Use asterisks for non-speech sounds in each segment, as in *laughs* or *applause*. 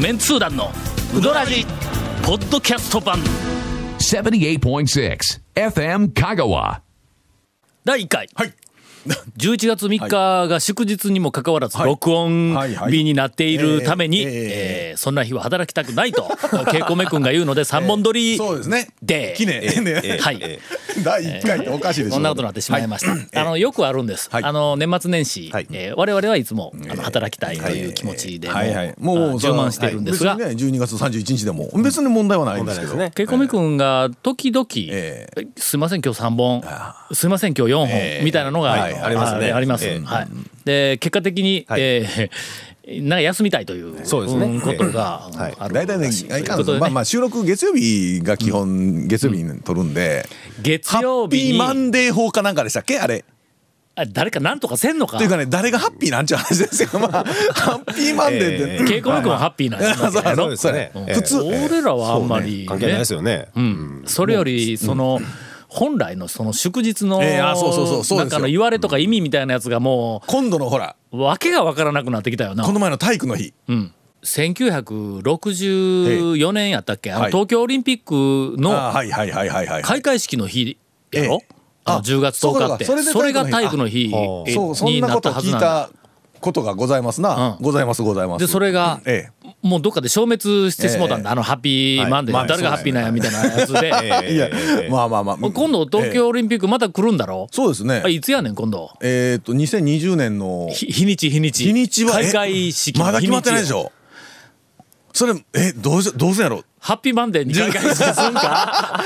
メンツー団のウドラジポッドキャスト版78.6 FM Kagawa. 第1回、はい。 11月3日が祝日にもかかわらず、録音はいはい日になっているために、えーえーえーそんな日は働きたくない *laughs* と、ケイコメ君が言うので、3本撮り、そうですね。で記念。ねはい。 *laughs* 第1回っておかしいでしょ。そんなことになってしまいました。あのよくあるんです。はいあの年末年始、はいえー我々はいつもあの働きたいという気持ちで、はいはい。もうあの充満しているんですが、はい別にね、12月31日でも、別に問題はないんですけど。ケイコメ君が時々、えすいません今日3本すいません今日4本、ええみたいなのが、はいありますねああります、ええはい、で結果的に、はいえーなんか休みたいというそうですねんことがある大体ねらしい、あいかんということでねまあまあ収録月曜日が基本、月曜日に撮るんで、月曜日ハッピーマにンデー法かなんかでしたっけあれ。あ誰かなんとかせんのかというかね、誰がハッピーなんちゅう話ですよ。 *laughs* まあ、ハッピーマンデーって。稽古君はハッピーなんや *laughs* そうやろそうですねんええ普通俺らはあんまり、ね関係ないですよね。うん、それよりその、本来のその祝日の、ええあそうそうそうそうなですよんかの言われとか意味みたいなやつがも今度のほら、うわけがわからなくなってきたよなこの前の体育の日。うん、1964年やったっけ、あのはい東京オリンピックあのはいはいはいはいはい。開会式の日やろ、ええあのあ10月10日ってそうそれかそうかそれでが体体育育のの日あえそうそんにななっことたをはず聞ないんだたことがございますな、うんございますございまですそれが、えもうどっかで消滅してしもうたんだ、ええあのハッピーマンデー、はい誰がハッピーなんやみたいなやつで、 *laughs* えいや、まあまあまあもう今度東、ええ京オリンピックまた来るんだろ、そうですねあいつやねん今度えっ、と2020年のひ日にち日にち日にちは開会式えのまだ決まってないでし日にちょそれえどうせどうせやろハッピーマンデーに開会式すんか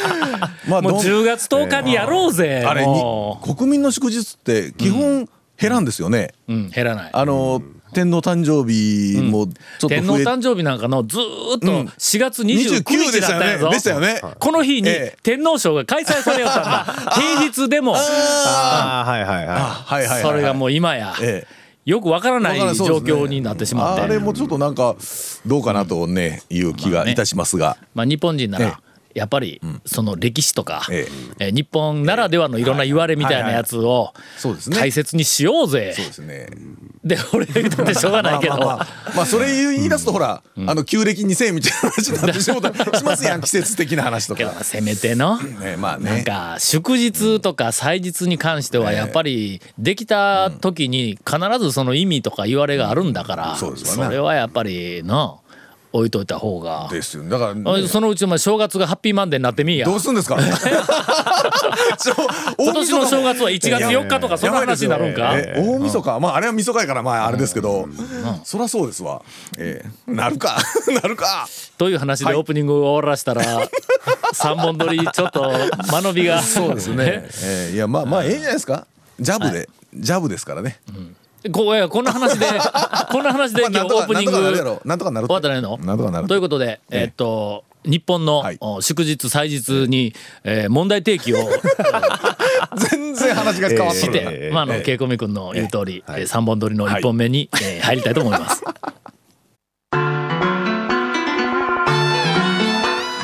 まもう *laughs* どん10月10日にやろうぜ、あれもに国民の祝日って基本減らんですよね、う、うん、減らないあの天皇誕生日もちょっと増え、天皇誕生日なんかのずーっうとん4月29日だったんやぞ。でしたよねこの日にええ天皇賞が開催されよったん *laughs* だ。平日でも、ああ、はいはいははいはいはいはい、それがもう今や、ええよくわからないわから状ないそうですね況になってしまっあてれ、もちょっとなんかどうかなとね、いう気がいたしますが、まあ日本人なえら、やっぱりその歴史とか、ええー日本ならではのいろんな言われみたいなやつをそうですね大切にしようぜ。そうですねで、俺が言ったってしょうがないけど。まあまあまあ、まあそれ言い出すとほら、あの旧暦2000みたいな話になってしまうたしますやん季節的な話とけどか。せめての、ねまあねなんか祝日とか祭日に関してはやっぱりできた時に必ずその意味とか言われがあるんだから、そうですわそなれはやっぱりの置いといた方が、ですよねだからね、そのうちお前正月がハッピーマンデーになってみいやどうす *laughs* んですか今今年の正月は1月4日とかそんな話になるんか、大晦日、まああれは晦日やからまああれですけど、そりゃそうですわ、ええなるか *laughs* なるかという話でオープニングを終わらしたら、 *laughs* 三3本撮りちょっと間延びがそうですねええいやまあまあええんじゃないですかジャブで、ジャブですからね、 *laughs* こういやこんな *laughs* 話でこんな話で今日まあオープニングなんとかなるやろなんとかなるって終わってないのなんとかなるってということで、えーっと日本の、はいお祝日祭日に、えー問題提 *laughs* 起を全然話が変わってしこて、ないまああのええ稽古見君の言う通り、えー三本撮りの一本目に、えー入りたいと思い *laughs* ます。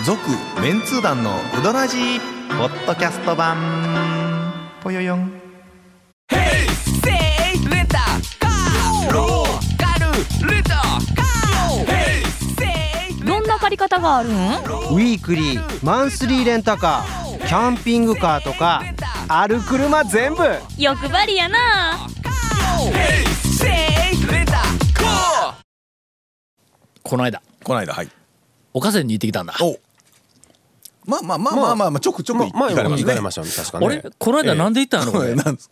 続メンツー団のい。ウドラジーポッドキャスト版ぽよよん。どんな借り方があるんウィークリーマンスリーレンタカーキャンピングカーとかある車全部欲張りやなこの間この間はい岡瀬に行ってきたんだ。おまあまあまあまあまあまあちょくちょくま行前かれもま行すかねれましたよね確かね。俺この間なんで行ったんやろ、そう俺ねなんです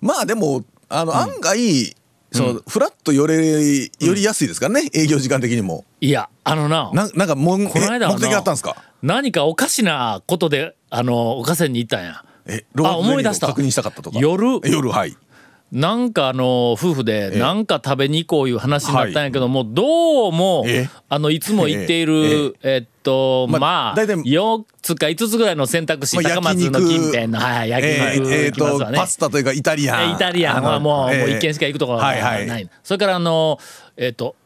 まあでもあの案外そのフラッと寄れ寄りやすいですからね営業時間的にもいやあのななんなんかもんえ目この間はな的があったんですか何かおかしなことであの岡瀬に行ったんや。えあ思い出したローズメリーを確認したかったとか夜え夜はいなんかあの夫婦でえなんか食べに行こういう話になったんやけども、どうもええあのいつも行っていえるえっとまあまあ大体4つか5つぐらいの選択肢まあ高松の焼肉近辺のはい焼え肉ーえ行ーきますわとねパスタというかイタリアえンイタリアンはもうもう一軒ししか行くところはがいはいないそれからあのえっと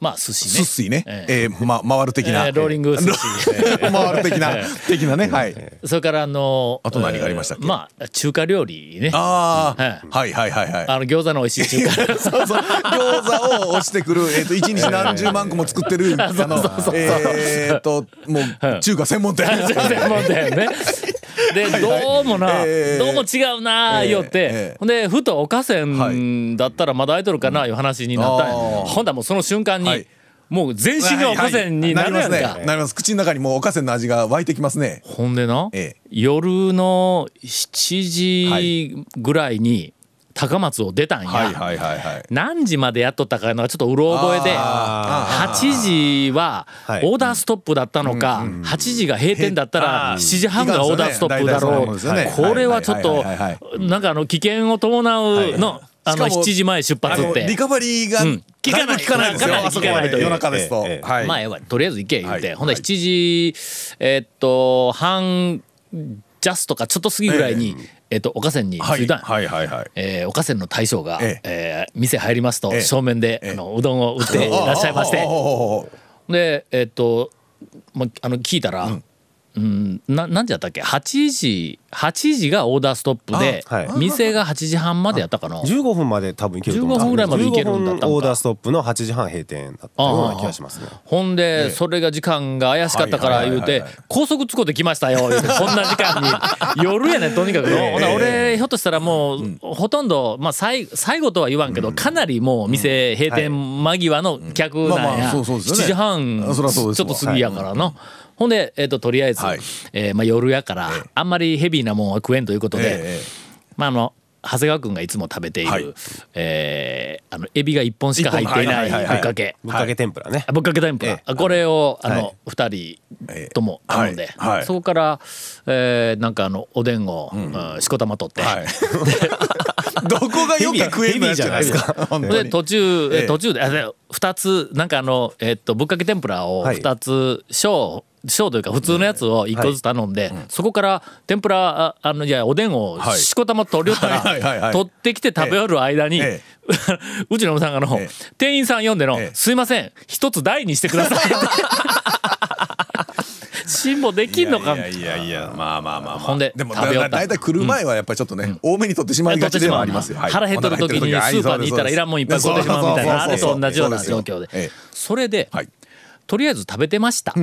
まあ寿司ねすっすいね、えええーま、回る的な、えーローリング寿司回る的な、え的なねはいそれからあのあと何がありましたっけえーまあ中華料理ねあああ、うんはいはいはいはいの餃子の美味しい中 *laughs* 華 *laughs* そうそう餃子を押してくる、えー、と一日何十万個も作っ *laughs* てる、あのえっ、ともう中華専 *laughs* 門店専門店ね *laughs* でどうもな、えーどうも違うなー言って、えーえーほんでふとおかせんだったらまだ空いとるかないう話になったんや、あーほんだらもうその瞬間に、はいもう全身がおかせんになるやんか、はいはいなりますねなります口の中にもうおかせんの味が湧いてきますねほんでな、ええ夜の7時ぐらいに高松を出たんや、いはいはい何時までやっとったかのはちょっとうろ覚えであ8時ははいオーダーストップだったのか8時が閉店だったら7時半がオーダーストップだろ大体そうなもんですよねうこれはちょっとはいはいはいなんかあの危険を伴うのあしのか7も時前出あ発っのリて。カバリーが、うん聞かない聞かないですよかなりあそこま聞かないとでいう夜中ですと、ええはい、まあええわとりあえず行け言うて、はいほんではい7時えーっと半ジャスとかちょっと過ぎぐらいに、えーっと岡線には着いいたんや、はいはいはいえー、おかせんの大将が、ええー店入りますと、ええ正面で、ええあのうどんを売っていらっしゃいまして *laughs* おーおーおーおーでえーっと、ま、あの聞いたら、うんな何時やったっけ8時8時がオーダーストップで、あはい店が8時半までやったかな15分まで多分いけると思う15分ぐらいまでいけるんだったんか15分オーダーストップの8時半閉店だったような気がしますねほんで、それが時間が怪しかったから言うはいはいてはいはい「高速つこうて来ましたよ」言うてこんな時間 *laughs* に夜やねとにかくの、ほな俺ひょっとしたらもう、ほとんど、まあ、最最後とは言わんけど、かなりもう店閉店間際の客まなあんまやあそうそうですよね7時半そらそうですわちょっと過ぎやからの。ほんで、えっととりあえず、はいえーまあ、夜やから、あんまりヘビーなもんは食えんということで、ええまあ、あの長谷川君がいつも食べている、はいえーあのエビが1本しか入っていないぶ一本はいはいはいはいっかけ。ぶっかけ天ぷらねあぶっかけ天ぷら、ええあこれをあはのい二、人とも頼んで、はいはいそこから、えー、なんかあのおでんを、うんしこたま取って、はいどこがよく食えるのやつじゃないですか本当でに途中、えええ途中であで二つなんかあのえっとぶっかけ天ぷらをはい二つ小小というか普通のやつを一個ずつ頼んで、そこから天ぷらああのいやおでんをはいしこたま取り寄ったら、はいはいはいはい取ってきて食べよる間に、えうちのおさんがの、え店員さん呼んでの、ええすいません一つ台にしてください」って。辛抱できんのかいやいやいやまあまあまあまあほんででも食べよっただだいたい来る前はやっぱりちょっとね、多めに取ってしまいがちではありますよ、はい腹減っとる時にスーパーに行ったらいらんもんいっぱい買うてしまうみたいなあれと同じような状況でええそれではいとりあえず食べてました、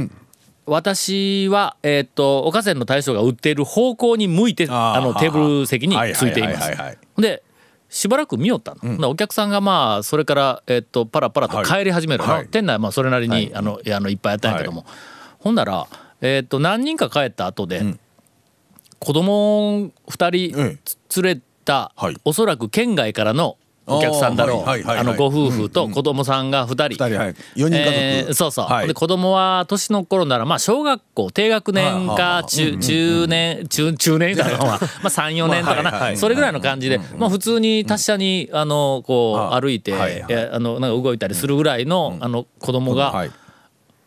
私は、えー、とおかせんの大将が売っている方向に向いてああーのテーブル席についていまはいはいはいすはいはいでしばらく見よったの、ほんならお客さんがまあそれから、えー、とパラパラと帰り始めるの、はいはい店内はまあそれなりに、あのいやあのいっぱいあったんやけども、ほんなら、えー、と何人か帰った後で、子供2ええ人つ連れた、はいおそらく県外からのお客さんだろうあーはいはいはいあのご夫婦と子供さんが2人。二人はい四人家族、えーそうそう、はいで子供は年の頃ならまあ小学校低学年はあはかあ中中年中中年 *laughs* かのはまあ34年とかまあはいはないそれぐらいの感じでまあ普通に達者にあのこあう歩いてはいはいえあのなんか動いたりするぐらいのあの子供はがい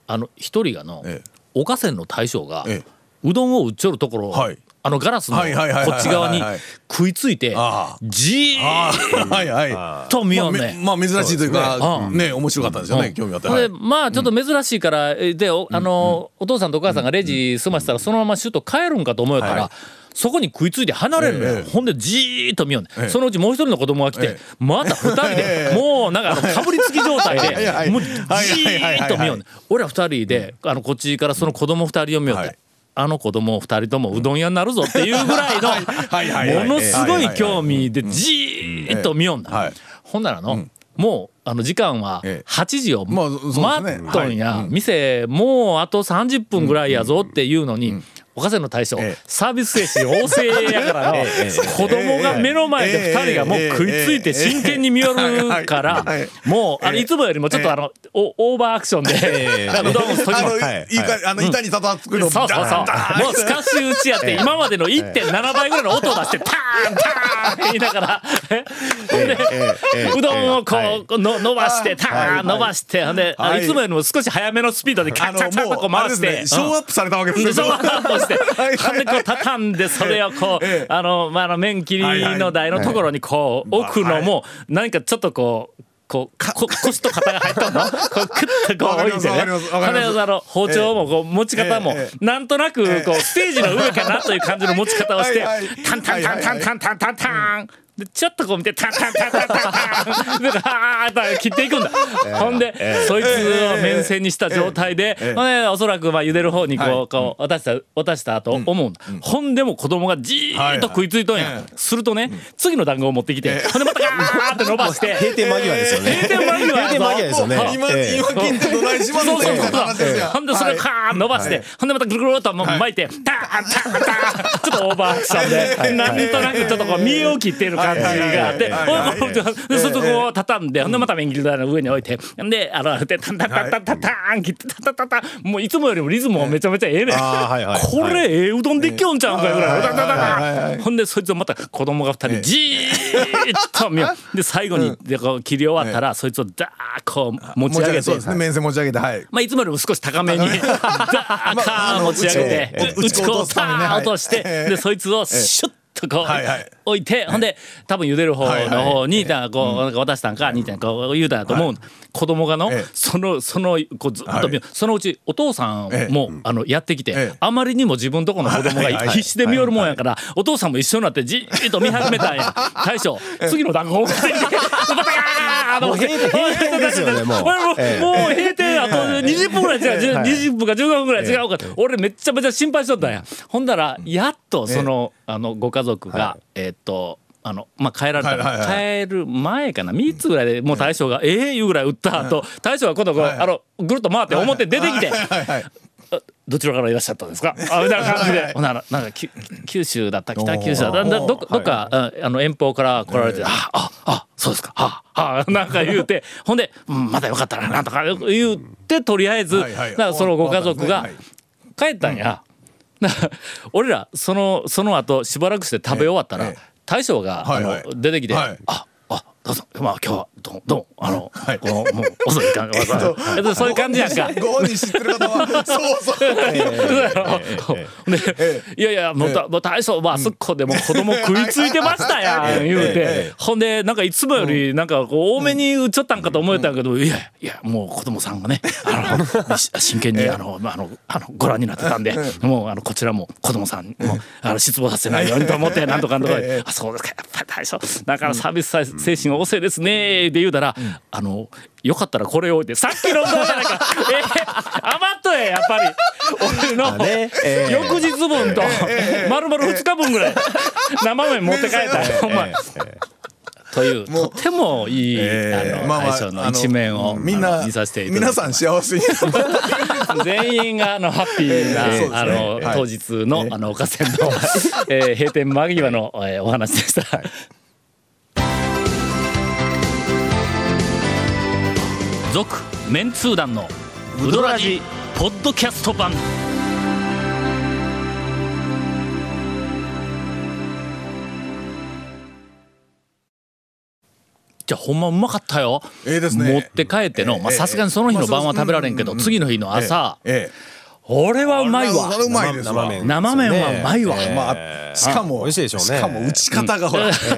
あの一人がのええおかせんの大将がええうどんを売っちょるところをはいあのガラスのこはいはいはいはいはいはいっち側に食いついてああじーあーはいはいっと見ようね。まあめまあ珍しいというそうでかすね面白かったんですよね、興味あって、ほんはでい、まあちょっと珍しいから、えでおあの、お父さんとお母さんがレジ済ましたらそのままシュッと帰るんかと思うよったら、はいそこに食いついて離れるのよ、ええほんでじーっと見ようね、ええそのうちもう一人の子供が来て、ええまた二人で、もうなんかあのかぶりつき状態はいはいはでいもうじーっと見ようね俺ら二人で、あのこっちからその子供二人を見ようって、はいあの子供二人ともうどん屋になるぞっていうぐらいのはいはいはいものすごい興味でじーっと見よんだ、はいほんならの、もうあの時間はええ8時をまあそうですね待っとんや、はいうん店もうあと30分ぐらいやぞっていうのに、おかせの大将、ええサービス精神旺盛やから *laughs* の、子供が目の前で2人がもう食いついて真剣に見よるから、えええもうあのいつもよりもちょっとあの、おオーバーアクションで、あのどうも取りまあの、すいいかあの板に叩くの、そうそうそう。ダンダンもう透かし打ちやって、今までの1.7倍ぐらいの音を出して、ターンターン言いながら、 *laughs* で、うどんをこう、の伸ばして、ターン伸ばして、ほんで、あはいいつもよりも少し早めのスピードでカあッチャのッチャッともこううあれ回しですてね、。ショーアップされたわけですでね。 *laughs* そのまま押して、はいほんでこう畳んで、それをこう、あの、まあ、あの、麺切りの台のところに、こう、奥のもう、何かちょっとこう、こう、こ腰と肩が入ったの *laughs* こう、クッとこう置いてわかねります。わかりますわかります金のあの包丁もこう、持ち方もえ、なんとなく、こう、ステージの上かなという感じの持ち方をしてはいはい、タンタンタンタンタンタンタンタン。で、ちょっとこう見て、タンタンタンタン *laughs* タンタン。で、あーっと切ってい *laughs* くんだ。ほんで、そいつを面線にした状態で、ほんでおそらく、まあ、茹でる方にこう、こう、渡した、渡したと思うんだ。ほんでも子供がじーっと食いついとんや。するとね、次の団子を持ってきて、ほんでまたガーって伸ば *laughs* して、閉店間際ですよね。閉店間際やぞ閉店間際ですよね。今、ええ今金でどないしますそうそうそう話ですやんほんでそれをカーン伸ばして、ほんでまたぐるぐるっともう巻いて、ターンターンターンちょっとオーバーアクションで、なんとなくちょっとこう身を切ってる感じがあって、はいはいはいほんででそれとこう畳んで、ほんでまた麺切り台の上に置いて、で、あらて、タンタンタンタンタンタン切って、タンタンタンタン、もういつもよりもリズムもめちゃめちゃええねん。あーはいはいはいこれ、ええうどんできよんちゃうんかよぐらい。タンタンはいはいタはンタンほんでそいつをまた子供が二人じーっと見よう。で、最後にでこう切り終わったら、そいつをダーッこう持ち上げそうてで、すね面接持ち上げてはいまあ、いつもよりも少し高めに、ザーカーン持ち上げて、まああの打打ちち粉粉ををタ打ーン落つととねして、はいで、そいつをシュッとこう、はいはい置いて、ほんで、多分茹でる方はいはのい方に、なんかこう、なんか渡したんか、兄ちゃんこう言うたんやと思う、子供がのええ、その、その、こうずっと見よう、そのうちお父さんも、あの、やってきて、ええあまりにも自分とこの子供はいがはい必死で見よるもんやから、お父さんも一緒になってじーっと見始めたんや。大将、次の団子を買ってきて、またガーッと思ってもう閉店閉店ですよねもう俺もええもう閉店あと20分ぐらい違う、はい20分か15分ぐらい違うかと、俺めっちゃめちゃ心配しとったんや。ほんだら、やっとその、あの、ご家族が、えーっと、あの、まあ、帰られたはいはいはら、帰る前かな、3つぐらいでもう大将が、ええいうぐらい打った後、大将が今度こう、はいあの、ぐるっと回って表出てきて、はいはいどちらからいらっしゃったんです *laughs* か。あ、みたいな感じで、ほなら、なんか、き九州だった、北九州だった、だどっか、どっか、うんあの遠方から来られて、あ、あ、あ、そうですか、あ、あ、 *laughs* なんか言うて、ほんで、うんまだよかったら、なんとか言って、とりあえず、はいはいなんかそのご家族が終わったんです帰ったんや。だから *laughs* 俺ら、その、その後、しばらくして食べ終わったえらえ、大将が、あはいはいの、出てきて、はいあ、あ、どうぞ、まあ、今日は、どうも、どうも、あの、はいこの、もう、遅い *laughs* 感じ、遅いえっ *laughs* とそういう感じやんか。ご本人知ってる方はそうそうで、いやいや、もうだもう大将、まあ、あそこでもう子供食いついてましたやん、言うて。ほんで、なんかいつもより、なんかこう、多めに打っちゃったんかと思えたんやけど、いやいや、もう子供さんがね、あの、し真 *laughs* 剣に、あの、まああの、あの、ご覧になってたんで、もう、あの、こちらも子供さんも、あの、失望させないようにと思って、なんとかなんと *laughs* か、あ、そうですか、やっぱり大将、だからサービス精神旺盛ですね、で言うたら、あの、よかったらこれを置いて、さっきのうどんじゃ *laughs* ないか。えー、余っとえ、やっぱり。俺の、あねええ翌日分と、丸々2日分ぐらい、生麺持って帰ったよ、お前。という、とてもいい、あの、大将の一面を、みんあのな見させていただ皆きさん幸せに全員があのハッピーな、ええそうですねあの、はい当日の、あの岡線の、えー閉店間際の、えーお話でした。続、メンツー団のウドラジポッドキャスト版。じゃあほんまうまかったよ。ええですね持って帰っての、まあええさすがにその日の晩は食べられんけど、まあそう次の日の朝、ええ俺はうまいわそれはうまいですわ生麺生麺はうまいわ、ねまあしかも美味しいでしょうねしかも打ち方がほらいつ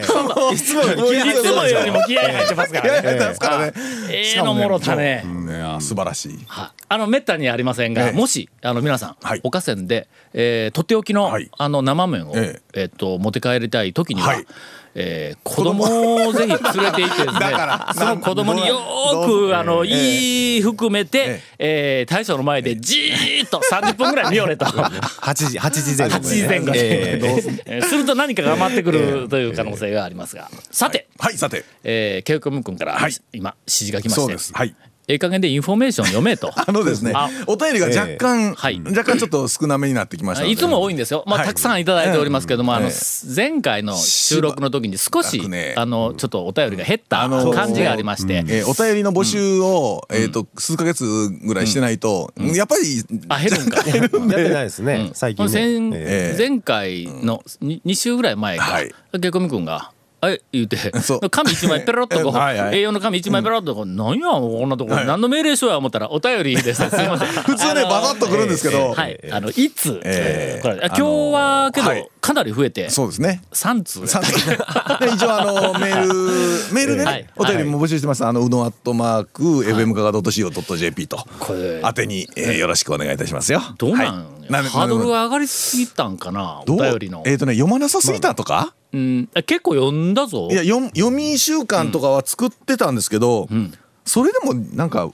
もよりいつもよりも気合い入ってますかいらやいやねですからねええのもろたねうんいや素晴らしいはいあのめったにありませんが、ええもしあの皆さん、はいおかせんで、えーとっておきの,、はいあの生麺を、ええっと持って帰りたい時には、はいえー子供をぜひ連れて行ってですねだからその子供によーどうくあの、ええいい含めて、ええー大将の前でじーっと30分ぐらい見よれ *laughs* と。八時八時前後8でね。時前後ええ *laughs* ですると何かが余ってくるという可能性がありますがさて、はいさてえー、ケイコム君から、はい今指示が来まそうしですてはいええ加減でインフォメーション読めと *laughs* あのですねあ、お便りが若干、はい若干ちょっと少なめになってきましたので。いつも多いんですよ、まあ、はいたくさんいただいておりますけども、あのええ前回の収録の時に少しばらし、くねあのちょっとお便りが減ったあの感じがありまして、えーお便りの募集を、えっ、と、数ヶ月ぐらいしてないと、やっぱり、あ減るんか。やってないですね。最近ね。先ええええ前回のに2週ぐらい前かはいゲコミ君がはい、言うて、そう紙一枚ペロッとこう、 *laughs* はいはい A4 の紙一枚ペロッとこう、なんや、こんなとこ、何の命令書や思ったら、お便りでした。すいません。普 *laughs* 普通ね、バサッとくるんですけど、はい、あの、いつ、ええこれあ今日はけど、はいかなり増えて、そうですね。 3通やったさてで *laughs* 一応あのメ *laughs* ールメールでね、はいお便りも募集してます。あのうどんアットマーク fm かが .co.jp とこれ宛てに、えーよろしくお願いいたしますよ。どうなんや、はいなんでハードルなん上がりすぎたんかな、でおどう便りの。えっ、とね読まなさすぎたとか、うん、あ結構読んだぞ。いや読読み習慣とかは作ってたんですけど、んそれでもなんか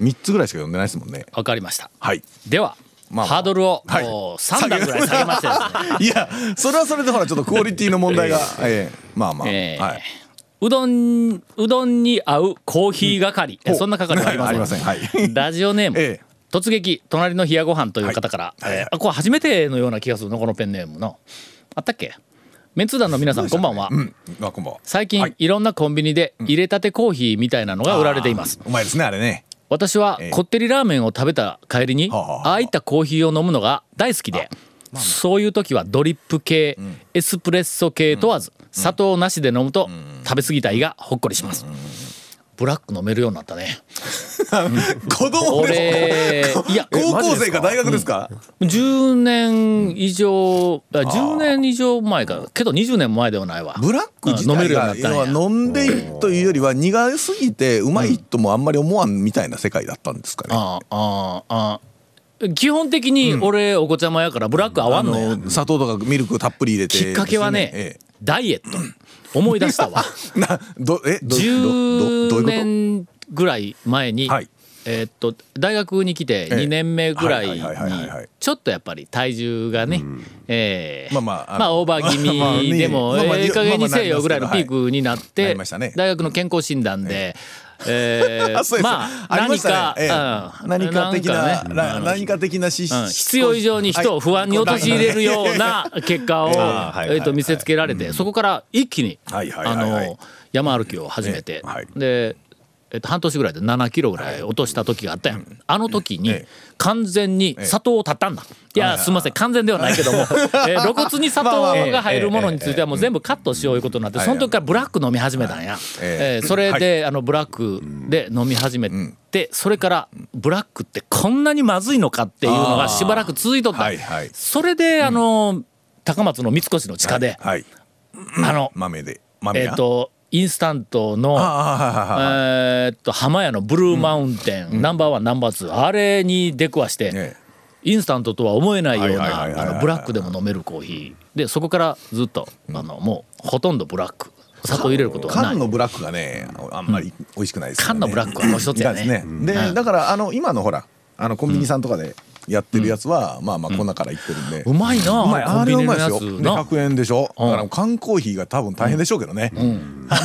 三つぐらいしか読んでないですもんね。わかりました。はい。では、まあまあハードルを、はいもう3段ぐらい下げましたよね。 *laughs* いやそれはそれでほらちょっとクオリティの問 *laughs* 題が、ええまあまあ、ええはいうどん、うどんに合うコーヒー係。えそんな係はありません。 *laughs* ありませんはいラジオネーム。ええ突撃隣の冷やご飯という方から、はいはいえーあこれ初めてのような気がするのこのペンネームのあったっけメンツー団の皆さんこんばんは、うんあこんばんは。最近、はいい、ろんなコンビニで入れたてコーヒーみたいなのが売られていますあーうまいですねあれね。 *laughs* 私はええこってりラーメンを食べた帰りにはあはあはあああいったコーヒーを飲むのが大好きでそういう時はドリップ系エスプレッソ系問わず砂糖なしで飲むと食べ過ぎた胃がほっこりしますブラック飲めるようになったね子供俺いや *laughs* 高校生か大学ですか、 10年以上あ10年以上前かけど20年前ではないわブラック自うん飲め体がるようになったんや要は飲んでいいというよりは苦すぎてうまいともあんまり思わんみたいな世界だったんですかね。ああああ基本的に俺お子ちゃまやからブラック合わあんのやの砂糖とかミルクたっぷり入れてきっかけはね、えダイエット、思い出したわ *laughs* えなどえどどど10どういうこ年ぐらい前に、はいえーっと大学に来て2年目ぐらいにはいはいはいはいはいちょっとやっぱり体重がね、えーまあまああのオーバー気 *laughs* まあまあ味ねでも、まあまあええ加減にせえまあまあなりますけどよぐらいのピークになって、はいなりましたね大学の健康診断で。えーと *laughs* そうですまあありま何したか、ねええうん何か的ななんかねな何か的なうしん必要以上に人を不安に陥れるような結果をあーはいえっと見せつけられてそこから一気にあはいはいはいはいの山歩きを始めてええはいでえっと半年ぐらいで7キロぐらい落とした時があったやんあの時にええ完全に砂糖を絶ったんだいやすみません完全ではないけどもえー露骨に砂糖が入るものについてはもう全部カットしよういうことになってええその時からブラック飲み始めたんやえええーそれであのブラックで飲み始めてそれからブラックってこんなにまずいのかっていうのがしばらく続いとった、はいはいそれで、あの高松の三越の地下で、はい、あの豆で豆えっ、やとインスタントのああえっと浜屋のブルーマウンテン、ナンバーワンナンバーツーあれに出くわして、えインスタントとは思えないようはいはいはいはいはいなあのブラックでも飲めるコーヒーでそこからずっとあのもうほとんどブラック砂糖入れることはない缶のブラックがねあんまり美味しくないですよね缶のブラックはもう一つやねいかんですでうんだからあの今のほらあのコンビニさんとかでやってるやつはまあまあ粉からいってるんでうまいなうまいコあンビれはうニまのいでやすつよでな100円でしょうんだから缶コーヒーが多分大変でしょうけどね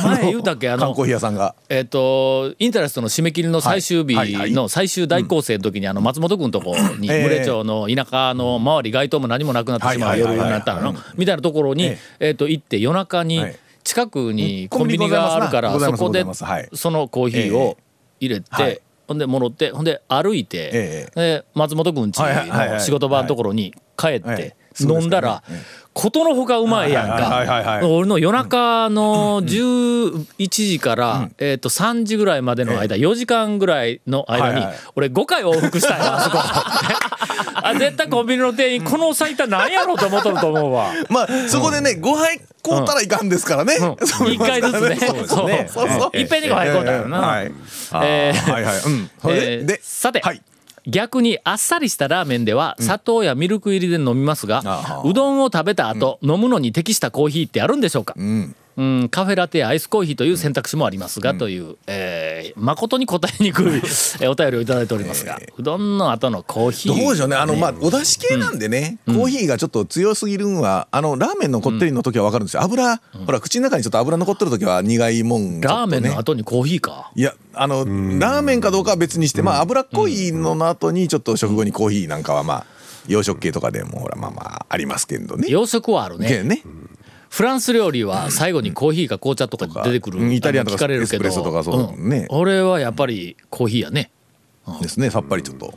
前言うたっけあ缶のコーヒー屋さんがえっ、とインタレストの締め切りの最終日はいはいはの最終大構成の時にあの松本君とこにええ群れ町の田舎の周り街灯も何もなくなってしまはういはいは夜いになったのみたいなところに、ええっと行って夜中にはい近くにうんコンビニがあるからコンビニそございますなこでございますはいそのコーヒーを入れて、はいほんで戻ってほんで歩いて、えで松本君ちはいはいはいはのい仕事場のところに帰って、はいはいそうです飲ねんだら、ええことのほかうまいやんか。はいはいはいはい俺の夜中の11時から、えっと3時ぐらいまでの間、4時間ぐらいの間はいにはい俺5回往復したよあそこ *laughs* あ絶対コンビニの店員この最多なんやろうと思っとると思うわ。まあそこでね5杯買うたらいかんですからねうん *laughs* そう一回ずつね。そうですねそうそうそういっぺんにこう入り込んだよな。はいえーはいはいうんそれえーででさて、はい逆にあっさりしたラーメンでは砂糖やミルク入りで飲みますが、うどんを食べた後、飲むのに適したコーヒーってあるんでしょうか、うんカフェラテやアイスコーヒーという選択肢もありますが、という、えー誠に答えに *laughs* くいえーお便りをいただいておりますが、うどんの後のコーヒどーうでしょうねあのまあお出汁系なんでね、コーヒーがちょっと強すぎるんはあのラーメンのこってりの時は分かるんですよ油、ほら口の中にちょっと油残ってる時は苦いもんちょラっーとメねンの後にコーヒーか。いやあのラーメンかどうかは別にして、まあ脂っこいのの後にちょっと食後にコーヒーなんかはまあ洋食系とかでもほらまあまあありますけどね。洋食はあるけね。どねフランス料理は最後にコーヒーか紅茶とか出てくうる。んイタリアンとか聞かれるけどエスプレッソとかそうだもんねん俺はやっぱりコーヒーやね。ですねさっぱりちょっと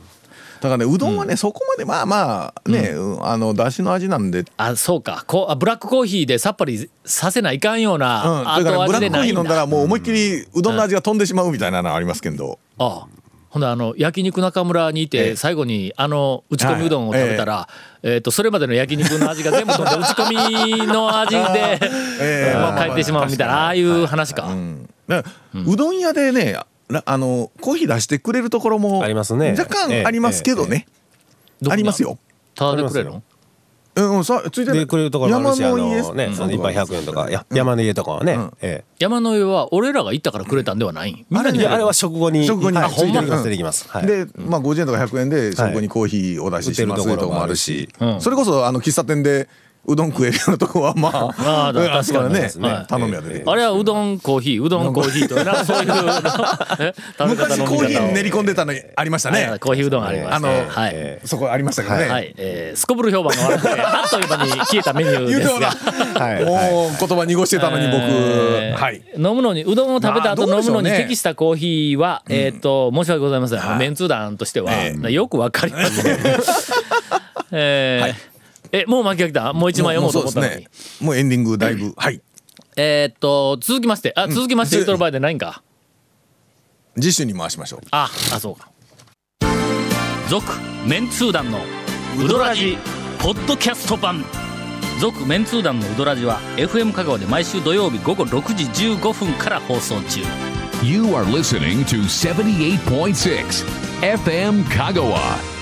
からねうどんはね、そこまでまあまあね、うんあのだしの味なんで、うん、あそうかこうあブラックコーヒーでさっぱりさせないかんようだかな、後ら味ブラッでクコーなヒいー飲んんだだらもう思いっきりうどんの味が飛んでしまうみたいなのありますけど、ああほんであの焼肉中村にいえてえ最後にあの打ち込みうどんを食べたら、えっとそれまでの焼肉の味が全部飛んで打ち込みの味で、 *laughs* ええもまあうまあ帰ってし *laughs* まうみたいなああいう話か、うんだからうどん屋でねらあのコーヒー出してくれるところもありますね若ええ干ありますけどね、どこにありますよ。ただでくれるのうん、さついてでくれるところもあるしあ山のの家ねさそんの一杯100円とかや山の家とかはねんえ山の上は俺らが行ったからくれたんではないみんなえにいやあれは食後に食後にはいつほんいまてきます出てきますはいで、まあ、50円とか100円でそこにコーヒーお出ししますというとこもあるし、うんそれこそあの喫茶店でうどん食えるようなとこはまあ *laughs* ああだからうんあそこからね確かにはい頼みは出てくる、あれはうどんコーヒーうどんコーヒーとなんかそういう *laughs* え食べ方昔のコーヒー練り込んででたのありましたね、コーヒーうどんありますあのはい、そこありましたけどね、はい、えー、すこぶる評判が悪く *laughs* て、あっという間に消えたメニュー言うでてすもな、が。はいもう言葉濁してたのに僕、えーはい飲むのにうどんを食べた後まあどう飲でむしょのうにね適したコーヒーは、えっ、と申し訳ございません、メンツ団としては、えよくわかりません *laughs* えーえもう巻き飽きたもう一枚読もうと思ったのに、もうそうですねもうエンディングだいぶ、はいえっと続きましてあ続きまして言うとる場合でないんか次週に回しましょうああそうか続メンツー団のウドラジポッドキャスト版続メンツー団のウドラジは FM 香川で毎週土曜日午後6時15分から放送中 You are listening to 78.6 FM Kagawa.